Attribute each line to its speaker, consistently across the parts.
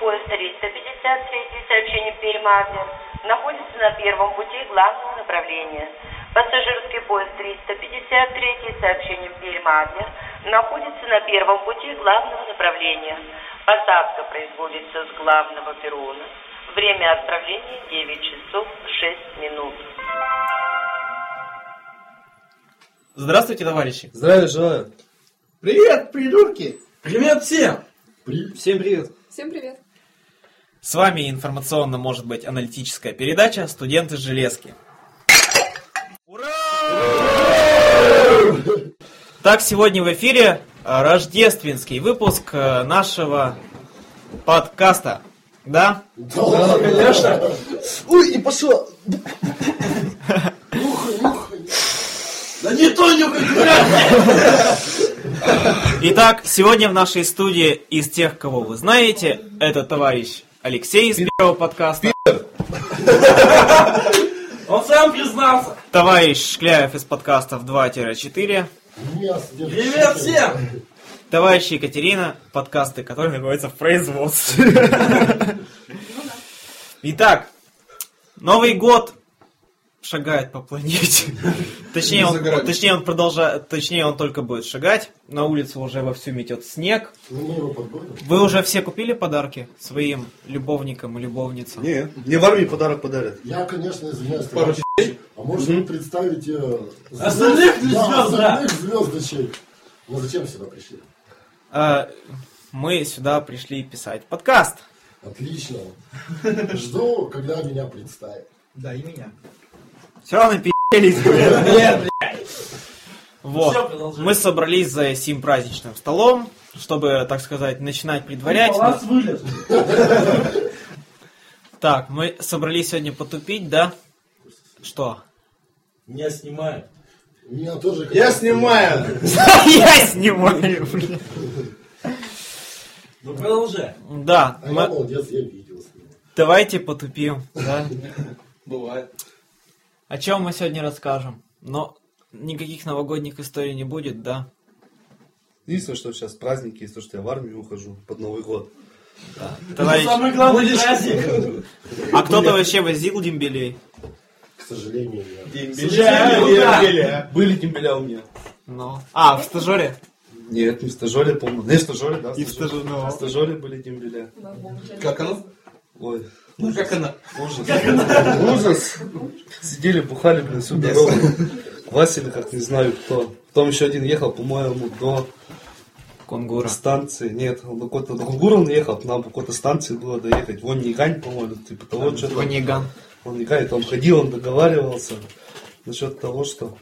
Speaker 1: поезда рейс 153 сообщение Пермь-Армия находится на первом пути главного направления. Пассажирский поезд 353 сообщение Пермь-Армия находится на первом пути главного направления. Посадка производится с главного перрона. Время отправления 9 часов 6 минут.
Speaker 2: Здравствуйте, товарищи.
Speaker 3: Здравия желаю.
Speaker 4: Привет, придурки!
Speaker 3: Привет всем! Всем привет.
Speaker 5: Всем привет!
Speaker 2: С вами информационно, может быть, аналитическая передача «Студенты железки». Ура! Так, сегодня в эфире э, рождественский выпуск э, нашего подкаста. Да?
Speaker 3: Да, конечно.
Speaker 4: Ой, и пошло!
Speaker 3: Да не то нюхай,
Speaker 2: Итак, сегодня в нашей студии из тех, кого вы знаете, это товарищ Алексей из первого подкаста,
Speaker 3: Он сам признался.
Speaker 2: товарищ Шкляев из подкастов 2-4,
Speaker 3: Привет всем!
Speaker 2: товарищ Екатерина, подкасты, которые находятся в производстве. Итак, Новый год шагает по планете. Точнее,
Speaker 4: Не
Speaker 2: он,
Speaker 4: за горами.
Speaker 2: точнее, он продолжает, точнее, он только будет шагать. На улице уже вовсю метет снег.
Speaker 6: Ну,
Speaker 2: Вы уже все купили подарки своим любовникам и любовницам?
Speaker 3: Не, мне в армии подарок подарят.
Speaker 6: Я, конечно, извиняюсь.
Speaker 3: Пару
Speaker 6: товарищ. А можно представить... э, звезд-
Speaker 3: Остальных не
Speaker 6: Да,
Speaker 3: звезд, да.
Speaker 6: остальных звездочек. Мы зачем сюда пришли?
Speaker 2: А, мы сюда пришли писать подкаст.
Speaker 6: Отлично. Жду, когда меня представят.
Speaker 4: Да, и меня.
Speaker 2: Все равно пи***лись, блядь. Вот.
Speaker 3: Ну Всё, продолжай.
Speaker 2: Мы собрались за сим праздничным столом, чтобы, так сказать, начинать предварять.
Speaker 3: Палац вылез.
Speaker 2: Так, мы собрались сегодня потупить, да? Что?
Speaker 3: Меня снимают.
Speaker 6: Меня тоже... как-
Speaker 4: Я снимаю!
Speaker 2: Я снимаю, блин.
Speaker 3: Ну продолжай.
Speaker 2: Да,
Speaker 6: А я
Speaker 2: мы-
Speaker 6: молодец, я видео снимаю.
Speaker 2: давайте потупим, да?
Speaker 3: Бывает.
Speaker 2: О чем мы сегодня расскажем? Но никаких новогодних историй не будет, да?
Speaker 7: Единственное, что сейчас праздники, если что, я в армию ухожу под Новый год.
Speaker 2: Товарищ,
Speaker 3: Самый главный праздник.
Speaker 2: а кто-то вообще возил дембелей?
Speaker 6: К сожалению, я...
Speaker 3: Слушай, ну да.
Speaker 7: Были дембеля у меня.
Speaker 2: Ну. А, в стажере?
Speaker 7: Нет, не в стажере, помню. Не в стажере, да?
Speaker 2: И в стажере, ну.
Speaker 7: В стажере были дембеля.
Speaker 3: Как оно?
Speaker 7: Ой,
Speaker 3: Ну как она?
Speaker 7: ужас. Сидели, бухали, блин, всю дорогу. Василий, как не знаю кто. Потом еще один ехал, по-моему, до
Speaker 2: Конгура.
Speaker 7: станции. Нет, он до какой-то до Кунгурова ехал, нам до какой-то станции было доехать. Вон Нигань, по-моему, типа того, что там.
Speaker 2: Кониган.
Speaker 7: Он не говорит, он ходил, он договаривался насчет того, что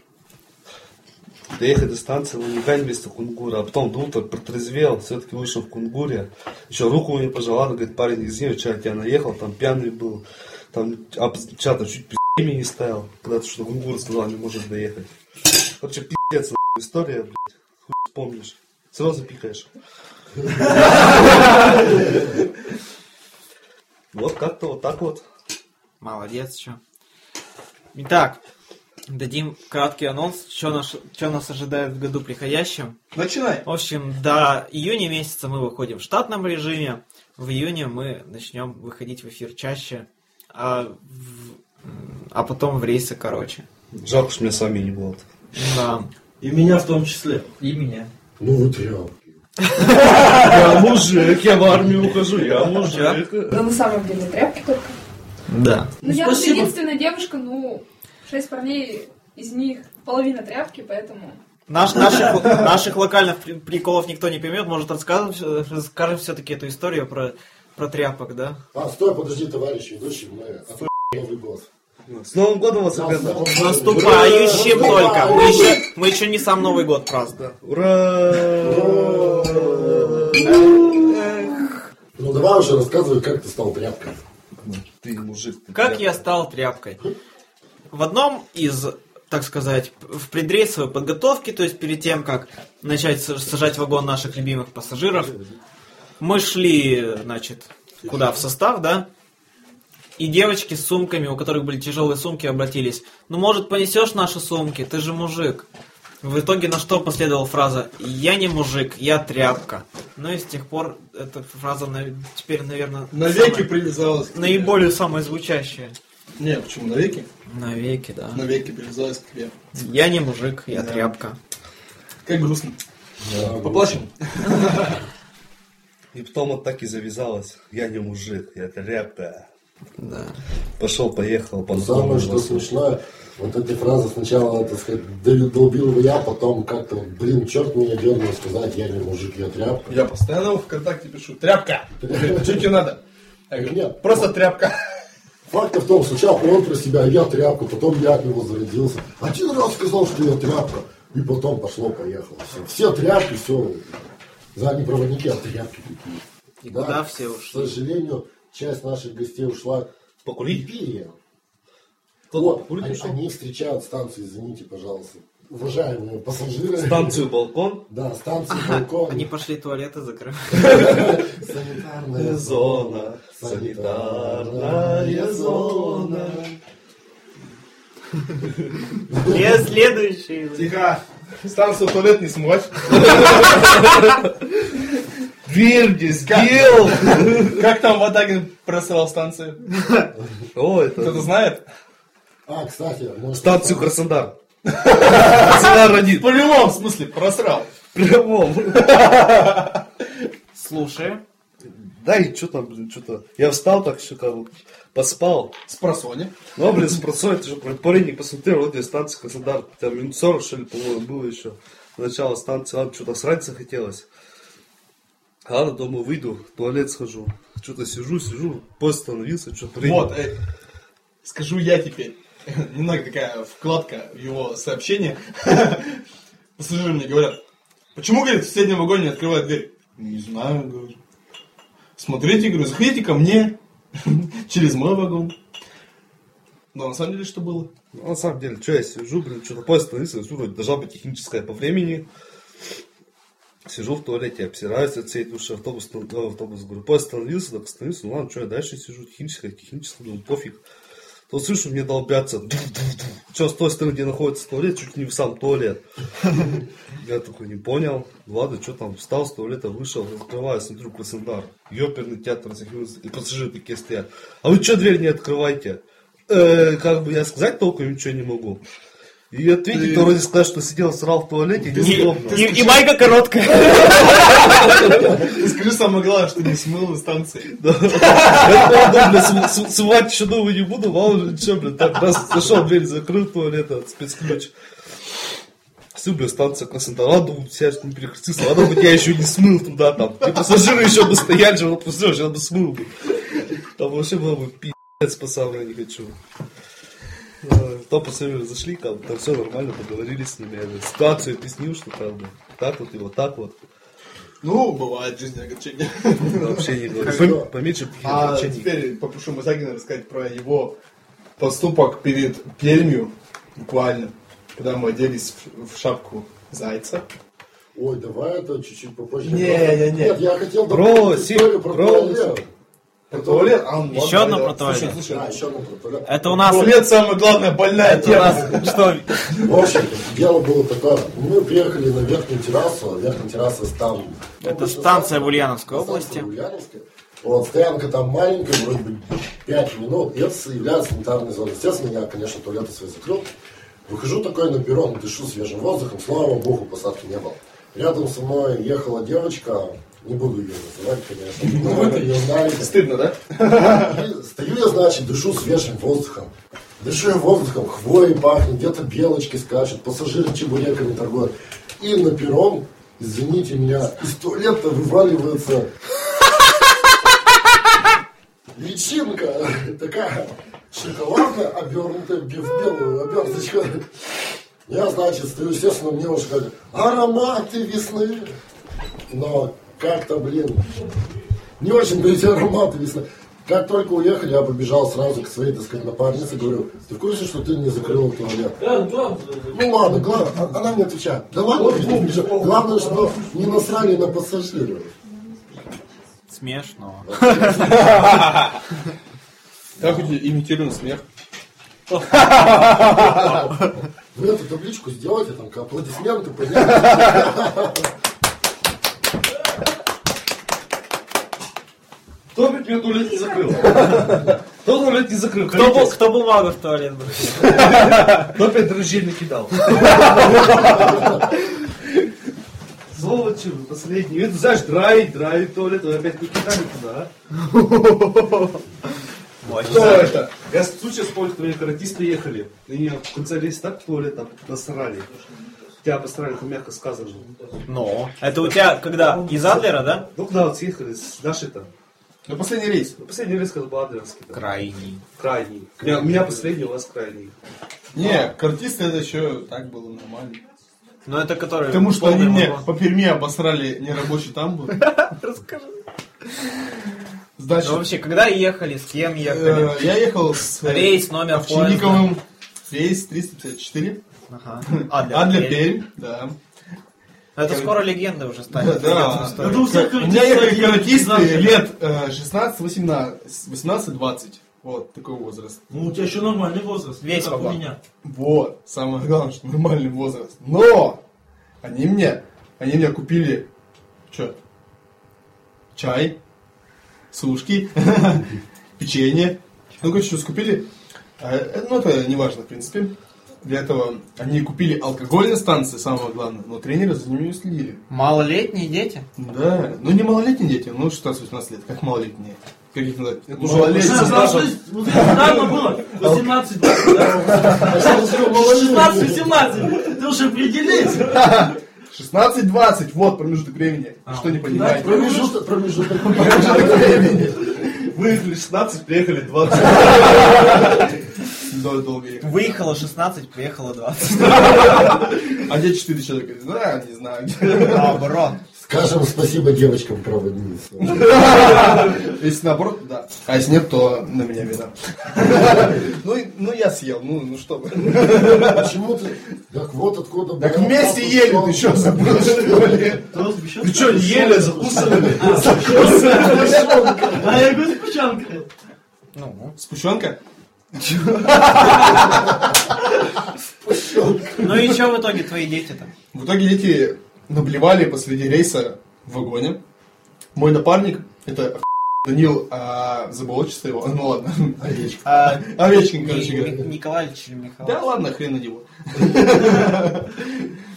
Speaker 7: доехать до станции Лунигань вместо Кунгура, а потом вдруг так протрезвел, все-таки вышел в Кунгуре, еще руку мне пожелал, говорит, парень, извини, вчера я тебя наехал, там пьяный был, там об- чата чуть пи***ми не ставил, когда ты что до Кунгура сказал, не может доехать. Вообще пиздец, нахуй, история, блядь, хуй вспомнишь, сразу пикаешь. Вот как-то вот так вот.
Speaker 2: Молодец, чё. Итак, дадим краткий анонс, что нас, чё нас ожидает в году приходящем.
Speaker 3: Начинай.
Speaker 2: В общем, до июня месяца мы выходим в штатном режиме. В июне мы начнем выходить в эфир чаще, а, в- а потом в рейсы короче.
Speaker 7: Жалко, что меня сами не было.
Speaker 2: Да.
Speaker 3: И меня в том числе.
Speaker 4: И меня.
Speaker 6: Ну вот я...
Speaker 7: Я мужик, я в армию ухожу, я мужик.
Speaker 5: Да Ну, на самом деле тряпки только.
Speaker 2: Да.
Speaker 5: Ну я тут
Speaker 3: Спасибо.
Speaker 5: единственная девушка, ну, шесть парней, из них половина тряпки, поэтому...
Speaker 2: Наш- наших, наших локальных при- приколов никто не поймет. Может, расскажем, расскажем все-таки эту историю про, про тряпок, да?
Speaker 6: А, стой, подожди, товарищи ведущий, мы... отф- А Новый год.
Speaker 7: С Новым годом вас, ребята!
Speaker 6: Наступающим
Speaker 2: Наступающим
Speaker 6: Ура!
Speaker 2: только! Мы еще, мы еще не сам Новый год празднуем.
Speaker 7: Ура!
Speaker 6: Ну давай уже рассказывай, как ты стал тряпкой.
Speaker 7: Ты мужик. ты
Speaker 2: Как
Speaker 7: прям.
Speaker 2: я стал тряпкой? В одном из, так сказать, в предрейсовой подготовке, то есть перед тем, как начать с- сажать в вагон наших любимых пассажиров, мы шли, значит, куда? В состав, да? И девочки с сумками, у которых были тяжелые сумки, обратились. Ну, может, понесешь наши сумки? Ты же мужик. В итоге на что последовала фраза «Я не мужик, я тряпка». Ну и с тех пор эта фраза на- теперь, наверное,
Speaker 3: Навеки привязалась. к тебе.
Speaker 2: наиболее самая звучащая.
Speaker 3: Не, почему навеки?
Speaker 2: Навеки, да.
Speaker 3: Навеки привязалась к тебе.
Speaker 2: Я не мужик, я тряпка.
Speaker 3: Как грустно. Поплачем?
Speaker 7: И потом вот так и завязалось. Я не мужик, я тряпка.
Speaker 2: Да.
Speaker 7: Пошел, поехал, по
Speaker 6: Самое, что смешное, вот эти фразы сначала, так сказать, дол- долбил его я, потом как-то, блин, черт меня дернул сказать, я не мужик, я тряпка.
Speaker 3: Типа, Я постоянно в ВКонтакте пишу. Тряпка! Что тебе надо? Я говорю,
Speaker 6: Нет.
Speaker 3: просто тряпка.
Speaker 6: Факт в том, сначала он про себя, я тряпка, потом я от него зародился. Один раз сказал, что я тряпка, и потом пошло-поехало. Все, все тряпки, все, заднепроводники от тряпки такие.
Speaker 2: И куда все ушли?
Speaker 6: К сожалению, часть наших гостей ушла
Speaker 7: Покурить?
Speaker 6: пение.
Speaker 7: Кто-то
Speaker 6: Вот,
Speaker 7: покурить
Speaker 6: они,
Speaker 7: ушел?
Speaker 6: они встречают станцию, извините, пожалуйста. Уважаемые пассажиры.
Speaker 7: Станцию балкон.
Speaker 6: Да, станцию балкон.
Speaker 2: Они пошли туалеты закрывать.
Speaker 6: Санитарная
Speaker 7: Зона, санитарная зона.
Speaker 2: Я следующий.
Speaker 3: Тихо. Станцию туалет не смывать.
Speaker 7: Дверь сделал!
Speaker 3: Как там Ватагин просылал станцию?
Speaker 7: О, это...
Speaker 3: Кто-то знает?
Speaker 6: А, кстати, может,
Speaker 7: Станцию Краснодар. Краснодар
Speaker 3: В
Speaker 7: родит.
Speaker 3: прямом смысле просрал.
Speaker 7: Прямом.
Speaker 2: Слушай.
Speaker 7: Да и что там, блин, что-то. Я встал так еще как бы, поспал.
Speaker 3: С просони.
Speaker 7: Ну, блин, с просой, ты же парень не посмотрел, вроде станция Краснодар, там минут 40, что ли, по-моему, было еще. Начало станции, ладно, что-то срать захотелось. Ладно, дома выйду, в туалет схожу. Что-то сижу, сижу, поезд остановился, что-то
Speaker 3: Вот, э, скажу я теперь. Немного такая вкладка в его сообщение. Пассажиры мне говорят, почему, говорит, в соседнем вагоне не открывают дверь? Не знаю, говорю. Смотрите, говорю, заходите ко мне через мой вагон. Но на самом деле что было?
Speaker 7: Ну, на самом деле, что я сижу, блин, что-то поезд остановился, сижу, вроде должна быть техническая по времени. Сижу в туалете, обсираюсь от всей души, автобус, ну, да, автобус, говорю, поезд остановился, так остановился, ну ладно, что я дальше сижу, техническая, техническая, думаю, пофиг. То слышу, мне долбятся, что с той стороны, где находится туалет, чуть не в сам туалет. Я такой не понял, ладно, что там, встал с туалета, вышел, открываю, смотрю, Краснодар, ёперный театр, захлебнулся, и пассажиры такие стоят, а вы что дверь не открываете? «Э, как бы я сказать толком ничего не могу. И ответить, то вроде сказать, что сидел, срал в туалете, неудобно.
Speaker 2: И майка короткая.
Speaker 3: Ты скажи самое главное, что не смыл из станции.
Speaker 7: Я подумал, бля, см- см- смывать еще новую не буду, мало ли что, блин, так раз зашел, дверь закрыл, туалет, а, спецключ. Всю, бля, станция Краснодар, ладно, думаю, себя что не перекрестился, ладно, бы я еще не смыл туда, там, и пассажиры еще бы стояли, же, ну, пусть я бы смыл, бы. Там вообще было бы пи***ц, пацан, я не хочу. Э, То пассажиры зашли, как бы, там все нормально, поговорили с ними, я говорю, ситуацию объяснил, что как бы, так вот и вот так вот.
Speaker 3: Ну, бывает жизнь огорчения.
Speaker 7: Вообще не говорю. Пом- Поменьше
Speaker 3: А
Speaker 7: огорчений.
Speaker 3: теперь попрошу Мазагина рассказать про его поступок перед Пермью, буквально, когда мы оделись в, в шапку зайца.
Speaker 6: Ой, давай это чуть-чуть попозже.
Speaker 3: Не,
Speaker 6: Просто-
Speaker 3: не, не.
Speaker 6: Нет, я хотел
Speaker 7: Бросить,
Speaker 6: историю про
Speaker 7: бросить.
Speaker 6: туалет.
Speaker 3: Про туалет, а он...
Speaker 2: Еще одна про туалет?
Speaker 3: Слушай, слушай, а
Speaker 6: Да, еще А, одну про туалет.
Speaker 2: Это у нас...
Speaker 3: туалет самая главная больная
Speaker 2: это у
Speaker 3: тема.
Speaker 2: нас что?
Speaker 6: В общем, дело было такое. Мы приехали на верхнюю террасу, а верхняя терраса там... ну,
Speaker 2: Это
Speaker 6: обычно
Speaker 2: станция в Ульяновской
Speaker 6: станция
Speaker 2: области.
Speaker 6: Ульяновская. Вот, стоянка там маленькая, вроде бы 5 минут, и это является санитарной зоной. Естественно, я, конечно, туалеты свои закрыл. Выхожу такой на перрон, дышу свежим воздухом, слава богу, посадки не было. Рядом со мной ехала девочка, не буду ее называть, конечно, но вы ее знаете.
Speaker 3: Стыдно, да?
Speaker 6: И Стою я, значит, дышу свежим воздухом. Дышу я воздухом, хвоей пахнет, где-то белочки скачут, пассажиры чебуреками торгуют. И на перрон, извините меня, из туалета вываливается личинка такая шоколадная, обернутая в белую оберточку. Я, значит, стою, естественно, мне уже говорят, ароматы весны. Но как-то, блин, не очень-то эти ароматы весны. Как только уехали, я побежал сразу к своей, так сказать, напарнице, говорю, ты в курсе, что ты не закрыла туалет? Ну ладно, главное, а- она мне отвечает, да ладно, побежал. главное, что не насрали на пассажиров.
Speaker 2: Смешно.
Speaker 3: Как у тебя имитируем смех?
Speaker 6: Вы эту табличку сделайте, там, к аплодисменты, понятно.
Speaker 7: Кто опять мне туалет не закрыл? Кто туалет не закрыл?
Speaker 2: Кто, бу-
Speaker 7: Кто,
Speaker 2: кто бумагу в туалет бросил?
Speaker 7: кто опять дрожжей накидал? Золочи, последний. Это, знаешь, драйвит, драйвит туалет, он опять накидали туда. а?
Speaker 3: Кто это?
Speaker 7: Я с- случай вспомнил, твои каратисты ехали. И они в конце лезть так в туалет, там насрали. Тебя обосрали, это мягко сказано.
Speaker 2: Ну, это у тебя когда? Из Адлера, да?
Speaker 7: Ну да, вот съехали с нашей-то.
Speaker 3: На последний рейс.
Speaker 7: Ну, последний резко был Адлерский. да.
Speaker 2: Крайний.
Speaker 7: Крайний. У меня- У меня последний, у вас крайний.
Speaker 3: Не, картисты это еще так было нормально.
Speaker 2: Ну, это который...
Speaker 3: Потому что
Speaker 2: полный
Speaker 3: они мне
Speaker 2: вагон.
Speaker 3: по Перми обосрали нерабочий тамбур. Значит,
Speaker 2: Ну, вообще, когда ехали, с кем ехали?
Speaker 3: э, я ехал с э,
Speaker 2: Рейс, номер
Speaker 3: Овчинниковым. Рейс 354.
Speaker 2: Ага. Пермь.
Speaker 3: Адлер А Пермь, да.
Speaker 2: Это скоро легенда уже станет.
Speaker 3: Да,
Speaker 2: Легенда
Speaker 3: да.
Speaker 2: стоит.
Speaker 3: У меня ехали каратисты лет э, 16-18-20. Вот, такой возраст.
Speaker 8: Ну, у тебя еще нормальный возраст. не
Speaker 2: Весь
Speaker 8: как у
Speaker 2: вагон.
Speaker 8: меня.
Speaker 3: Вот, самое главное, что нормальный возраст. Но! Они мне, они мне купили, что, чай, сушки, печенье. Ну, короче, что скупили. А, э, Ну, это не важно, в принципе. Для этого они купили алкоголь на станции, самое главное. Но тренеры за ними не следили.
Speaker 2: Малолетние дети?
Speaker 3: Да, ну не малолетние дети, ну 16-18 лет, как малолетние. Как их называют?
Speaker 8: Да,
Speaker 3: Малолетние.
Speaker 8: да, то есть, вот это Недавно было 18
Speaker 6: А
Speaker 8: 16-17. Ты уже определись.
Speaker 3: 16-20, вот промежуток времени. Что не понимаете?
Speaker 6: Промежуток, промежуток.
Speaker 3: Промежуток времени.
Speaker 7: Выехали 16, приехали 20.
Speaker 3: Дол- долго ехать.
Speaker 2: Выехала 16, приехала 20.
Speaker 3: А где 4 человека? Да, не знаю. где.
Speaker 2: Наоборот.
Speaker 6: Скажем спасибо девочкам-проводницам.
Speaker 3: Если наоборот, да. А если нет, то на меня вина. Ну, и- ну я съел, ну, ну что вы.
Speaker 6: Почему ты? Так вот откуда...
Speaker 3: Так
Speaker 6: брал
Speaker 3: вместе
Speaker 6: папу,
Speaker 3: ели,
Speaker 6: что-
Speaker 3: ты что, забыл, что ли?
Speaker 7: Ты что, не ели, а закусывали?
Speaker 8: А я говорю, скучанка.
Speaker 2: Ну.
Speaker 3: Спущенка?
Speaker 2: Ну и что в итоге твои дети-то?
Speaker 3: В итоге дети наблевали посреди рейса в вагоне. Мой напарник, это Данил а, Заболочится его, ну ладно.
Speaker 6: Овечка.
Speaker 3: А, Овечкин, короче говоря.
Speaker 2: Э, Ни- Николаевич или Михайлович?
Speaker 3: Да ладно, хрен на него.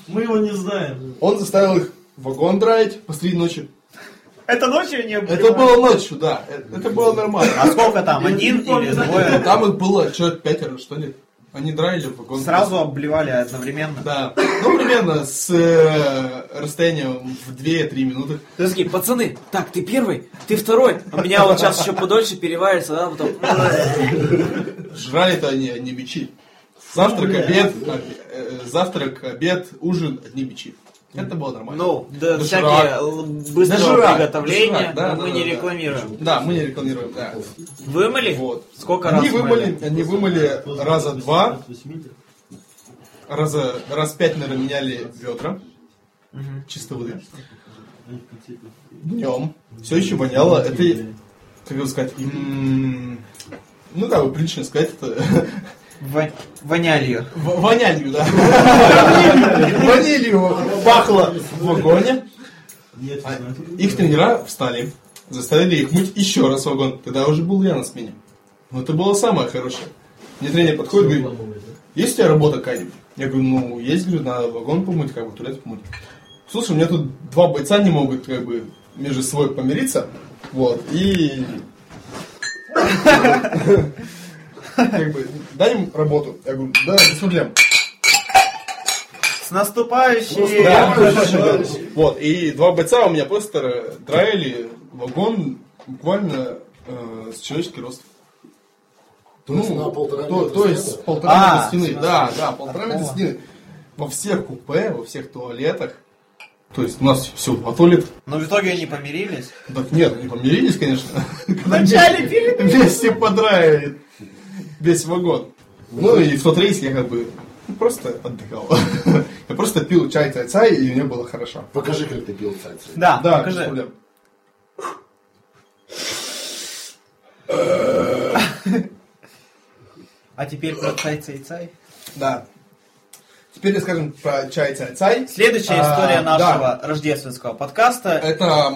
Speaker 8: Мы его не знаем.
Speaker 3: Он заставил их вагон драить посреди ночи.
Speaker 2: Это ночью не было.
Speaker 3: Это было ночью, да. э, Это было нормально. Ну,
Speaker 2: А сколько там?
Speaker 8: Я не
Speaker 2: Один или
Speaker 8: помню.
Speaker 2: двое?
Speaker 3: Там их было человек пятеро, что ли. Они драили в вагон.
Speaker 2: Сразу обливали одновременно.
Speaker 3: Да. Ну, примерно с э, расстоянием в 2-3 минуты.
Speaker 2: Ты такие, пацаны, так, ты первый, ты второй. У меня вот сейчас еще подольше переварится, да, потом...
Speaker 3: Жрали-то они одни бичи. Завтрак, обед, обе- э, завтрак, обед, ужин, одни бичи. Это было нормально.
Speaker 2: Ну, да,
Speaker 3: Доширак.
Speaker 2: всякие л- быстрого
Speaker 3: Доширак,
Speaker 2: приготовления
Speaker 3: доширак, да,
Speaker 2: мы
Speaker 3: да,
Speaker 2: не
Speaker 3: да, да.
Speaker 2: рекламируем.
Speaker 3: Да, мы не рекламируем, да.
Speaker 2: Вымыли?
Speaker 3: Вот.
Speaker 2: Сколько раз
Speaker 3: Они вымыли,
Speaker 2: мыли?
Speaker 3: они вымыли раза два, раза, раз пять, наверное, меняли ведра. Чистой воды. Днем. Все еще воняло. Это, как бы сказать, м, ну да, вы прилично сказать, это
Speaker 2: Во- Воняли их.
Speaker 3: В- Вонялью, да. Ванилью пахло в вагоне.
Speaker 8: Нет,
Speaker 3: А,
Speaker 8: не знаю.
Speaker 3: Их тренера встали, заставили их мыть еще раз вагон. Тогда уже был я на смене. Но это было самое хорошее. Мне тренер подходит, говорит, есть у тебя работа, Кай? Я говорю, ну, есть, говорю, надо вагон помыть, как бы туалет помыть. Слушай, у меня тут два бойца не могут, как бы, между собой помириться. Вот, и... Как бы, дай им работу. Я говорю, да, без проблем.
Speaker 2: С наступающей!
Speaker 3: Да. Вот, и два бойца у меня просто драили вагон буквально э, с человеческий рост. Ну,
Speaker 6: То есть на полтора
Speaker 3: то,
Speaker 6: метра
Speaker 3: то есть с
Speaker 6: стены?
Speaker 3: полтора метра
Speaker 2: А,
Speaker 3: стены. Да, да, полтора метра
Speaker 2: Такого.
Speaker 3: стены. Во всех купе, во всех туалетах. То есть у нас все два туалета. Ну
Speaker 2: Но в итоге они помирились.
Speaker 3: Так нет, они помирились, конечно.
Speaker 2: Вначале пили.
Speaker 3: Вместе подраили весь вагон. Ну и в тот рейс я как бы ну, просто отдыхал. Я просто пил чай цай-цай, и мне было хорошо.
Speaker 6: Покажи, как ты пил, кстати.
Speaker 2: Да,
Speaker 3: Да, без
Speaker 2: А, покажи.
Speaker 3: проблем.
Speaker 2: А теперь про цай цай цай.
Speaker 3: Да. Теперь расскажем про чай цай цай.
Speaker 2: Следующая
Speaker 3: А,
Speaker 2: история
Speaker 3: да.
Speaker 2: нашего рождественского подкаста.
Speaker 3: Это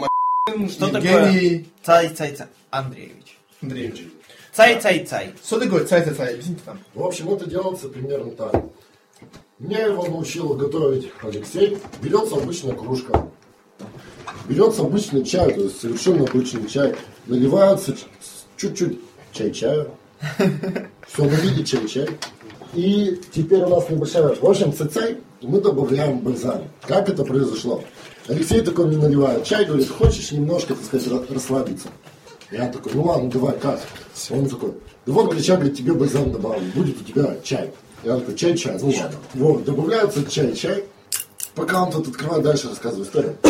Speaker 3: м***,
Speaker 2: Что
Speaker 9: Евгений
Speaker 2: такое? Цай, цай, цай. Андреевич.
Speaker 9: Андреевич.
Speaker 2: Цай, цай, цай.
Speaker 9: Что такое цай цай цай? Объясните там.
Speaker 6: В общем, это делается примерно так. Меня его научил готовить Алексей. Берется обычная кружка. Берется обычный чай, то есть совершенно обычный чай. Наливается ч- чуть-чуть чай-чаю. Все на виде чай-чай. И теперь у нас небольшая... В общем, цицай мы добавляем бальзам. Как это произошло? Алексей такой мне наливает чай, говорит, хочешь немножко, так сказать, ра- расслабиться? Я такой, ну ладно, давай, как? Он такой, да вот, говорит, я, говорит, тебе бальзам добавлю, будет у тебя чай. Я такой, чай-чай, ну ладно. Вот, добавляется чай-чай. Пока он тут открывает, дальше рассказываю историю.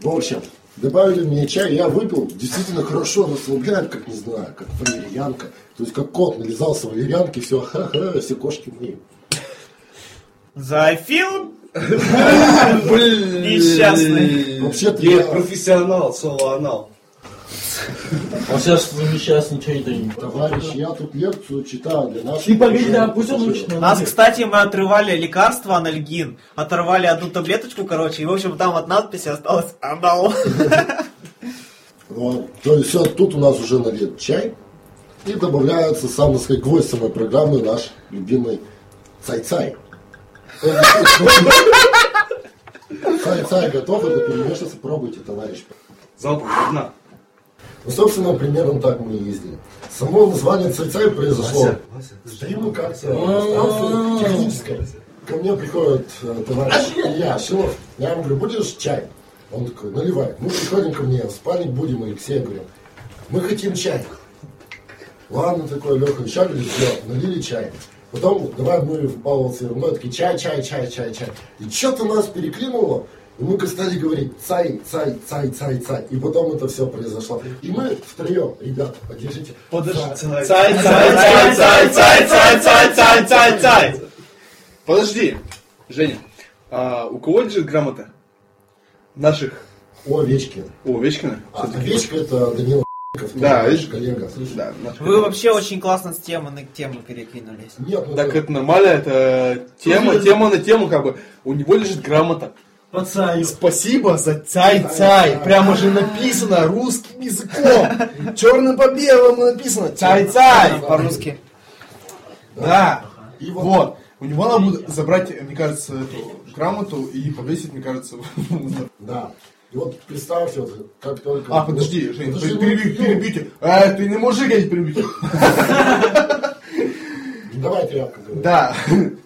Speaker 6: В общем, добавили мне чай, я выпил, действительно хорошо расслабляет, как не знаю, как валерьянка. То есть как кот нализался валерьянки, все, ха-ха, все кошки в ней.
Speaker 2: Зафил?
Speaker 3: Блин.
Speaker 8: Э,
Speaker 2: Несчастный.
Speaker 6: Вообще-то
Speaker 3: Я
Speaker 6: я-
Speaker 3: профессионал, соло-анал.
Speaker 8: А сейчас, сейчас ничего не дают.
Speaker 6: Товарищ, я тут лекцию читаю для наших...
Speaker 8: Ты погоди, да,
Speaker 6: уважаемых
Speaker 8: пусть он
Speaker 6: пассажиров.
Speaker 8: учит. но
Speaker 2: Нас,
Speaker 8: нет.
Speaker 2: кстати, мы отрывали лекарство анальгин, оторвали одну таблеточку, короче, и, в общем, там от надписи осталось анал.
Speaker 6: Вот. То есть все, тут у нас уже налит чай. И добавляется сам, так сказать, гвоздь самой программы наш любимый цай-цай. Цай-цай готов, это перемешивается, пробуйте, товарищ.
Speaker 3: Залпом одна.
Speaker 6: Ну, собственно, примерно так мы и ездили. Само название цай-цай произошло.
Speaker 3: Вася, ты же-
Speaker 6: Стримы как-то станция техническая. Ко мне приходит э, товарищ Илья Шилов. Я ему говорю, будешь чай? Он такой, наливай. Мы приходим ко мне, в спальник будем, Алексей, говорю, мы хотим чай. Ладно, такой Леха, еще говорит, сделал, налили чай. Потом давай мы в Павловце равно такие чай, чай, чай, чай, чай. И что-то нас переклинуло, и мы стали говорить цай, цай, цай, цай, цай. И потом это все произошло. И мы втроем, ребята, поддержите. Цай.
Speaker 3: Цай, цай, цай, цай, цай, цай, цай, цай, цай, цай.
Speaker 7: Подожди, Женя, а у кого лежит грамота? Наших.
Speaker 6: О, Овечкин.
Speaker 7: У Овечкина?
Speaker 6: А Овечка это Данила
Speaker 7: Да,
Speaker 6: наш
Speaker 7: Овечкин.
Speaker 6: коллега.
Speaker 7: Да, наших.
Speaker 2: Вы вообще очень классно с темы на тему перекинулись.
Speaker 6: Нет, ну
Speaker 7: Так это нормально, это тема, тема на тему, как бы. У него лежит грамота.
Speaker 8: Пацаю.
Speaker 3: Спасибо за цай-цай. Прямо же написано русским языком. Черным по белому написано. Цай-цай.
Speaker 2: По-русски.
Speaker 3: Да.
Speaker 6: и вот,
Speaker 3: Вот. У него надо будет забрать, мне кажется, эту грамоту и повесить, мне кажется. в-
Speaker 6: Да. И вот представьте, вот, как только...
Speaker 3: А, подожди, Жень,
Speaker 6: Подожди, ну,
Speaker 3: перебью,
Speaker 6: ну,
Speaker 3: перебью. А, ты не мужик, я не перебью.
Speaker 6: ну, Давай тряпку. говори.
Speaker 3: Да,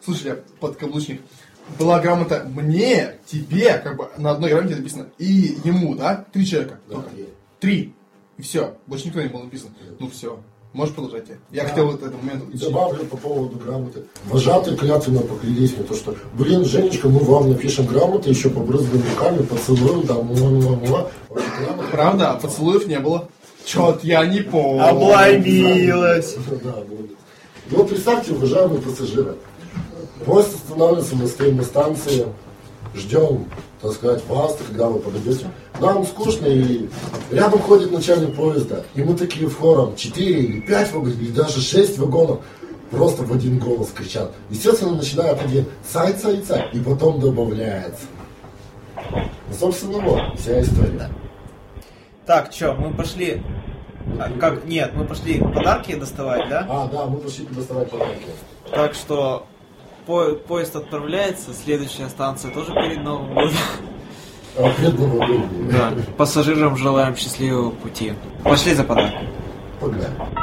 Speaker 3: слушай, я подкаблучник. Была грамота мне, тебе, как бы на одной грамоте написано, и ему, да? Три человека.
Speaker 6: Да,
Speaker 3: только.
Speaker 6: три.
Speaker 3: Три. И все. Больше никто не был написан. Ну все. Можешь продолжать я. Я хотел вот этот момент
Speaker 6: И
Speaker 3: уточнить.
Speaker 6: добавлю по поводу грамоты. Вожатые клятвенно поклялись мне, то что, блин, Женечка, мы вам напишем грамоты, еще побрызгаем руками, поцелуем, там, муа-муа-муа. Вот грамоты-
Speaker 3: Правда, а поцелуев не было. Чет, я не помню.
Speaker 2: Обломилась.
Speaker 6: Ну, Да, будет. И вот представьте, уважаемые пассажиры, поезд останавливается, мы стоим на станции, ждем, так сказать, вас, когда вы подойдете. Нам скучно, и рядом ходит начальник поезда, и мы такие в хором, 4 или 5 вагонов, или даже 6 вагонов, просто в один голос кричат. Естественно, начинает один цай, цай, цай, и потом добавляется. Ну, собственно, вот, вся история.
Speaker 2: Так, чё, мы пошли... А, Как? Нет, мы пошли подарки доставать, да?
Speaker 6: А, да, мы пошли доставать подарки.
Speaker 2: Так что по- поезд отправляется, следующая станция тоже перед Новым годом.
Speaker 6: А, бедного времени.
Speaker 2: Да. Пассажирам желаем счастливого пути. Пошли за подарком.
Speaker 6: Погнали.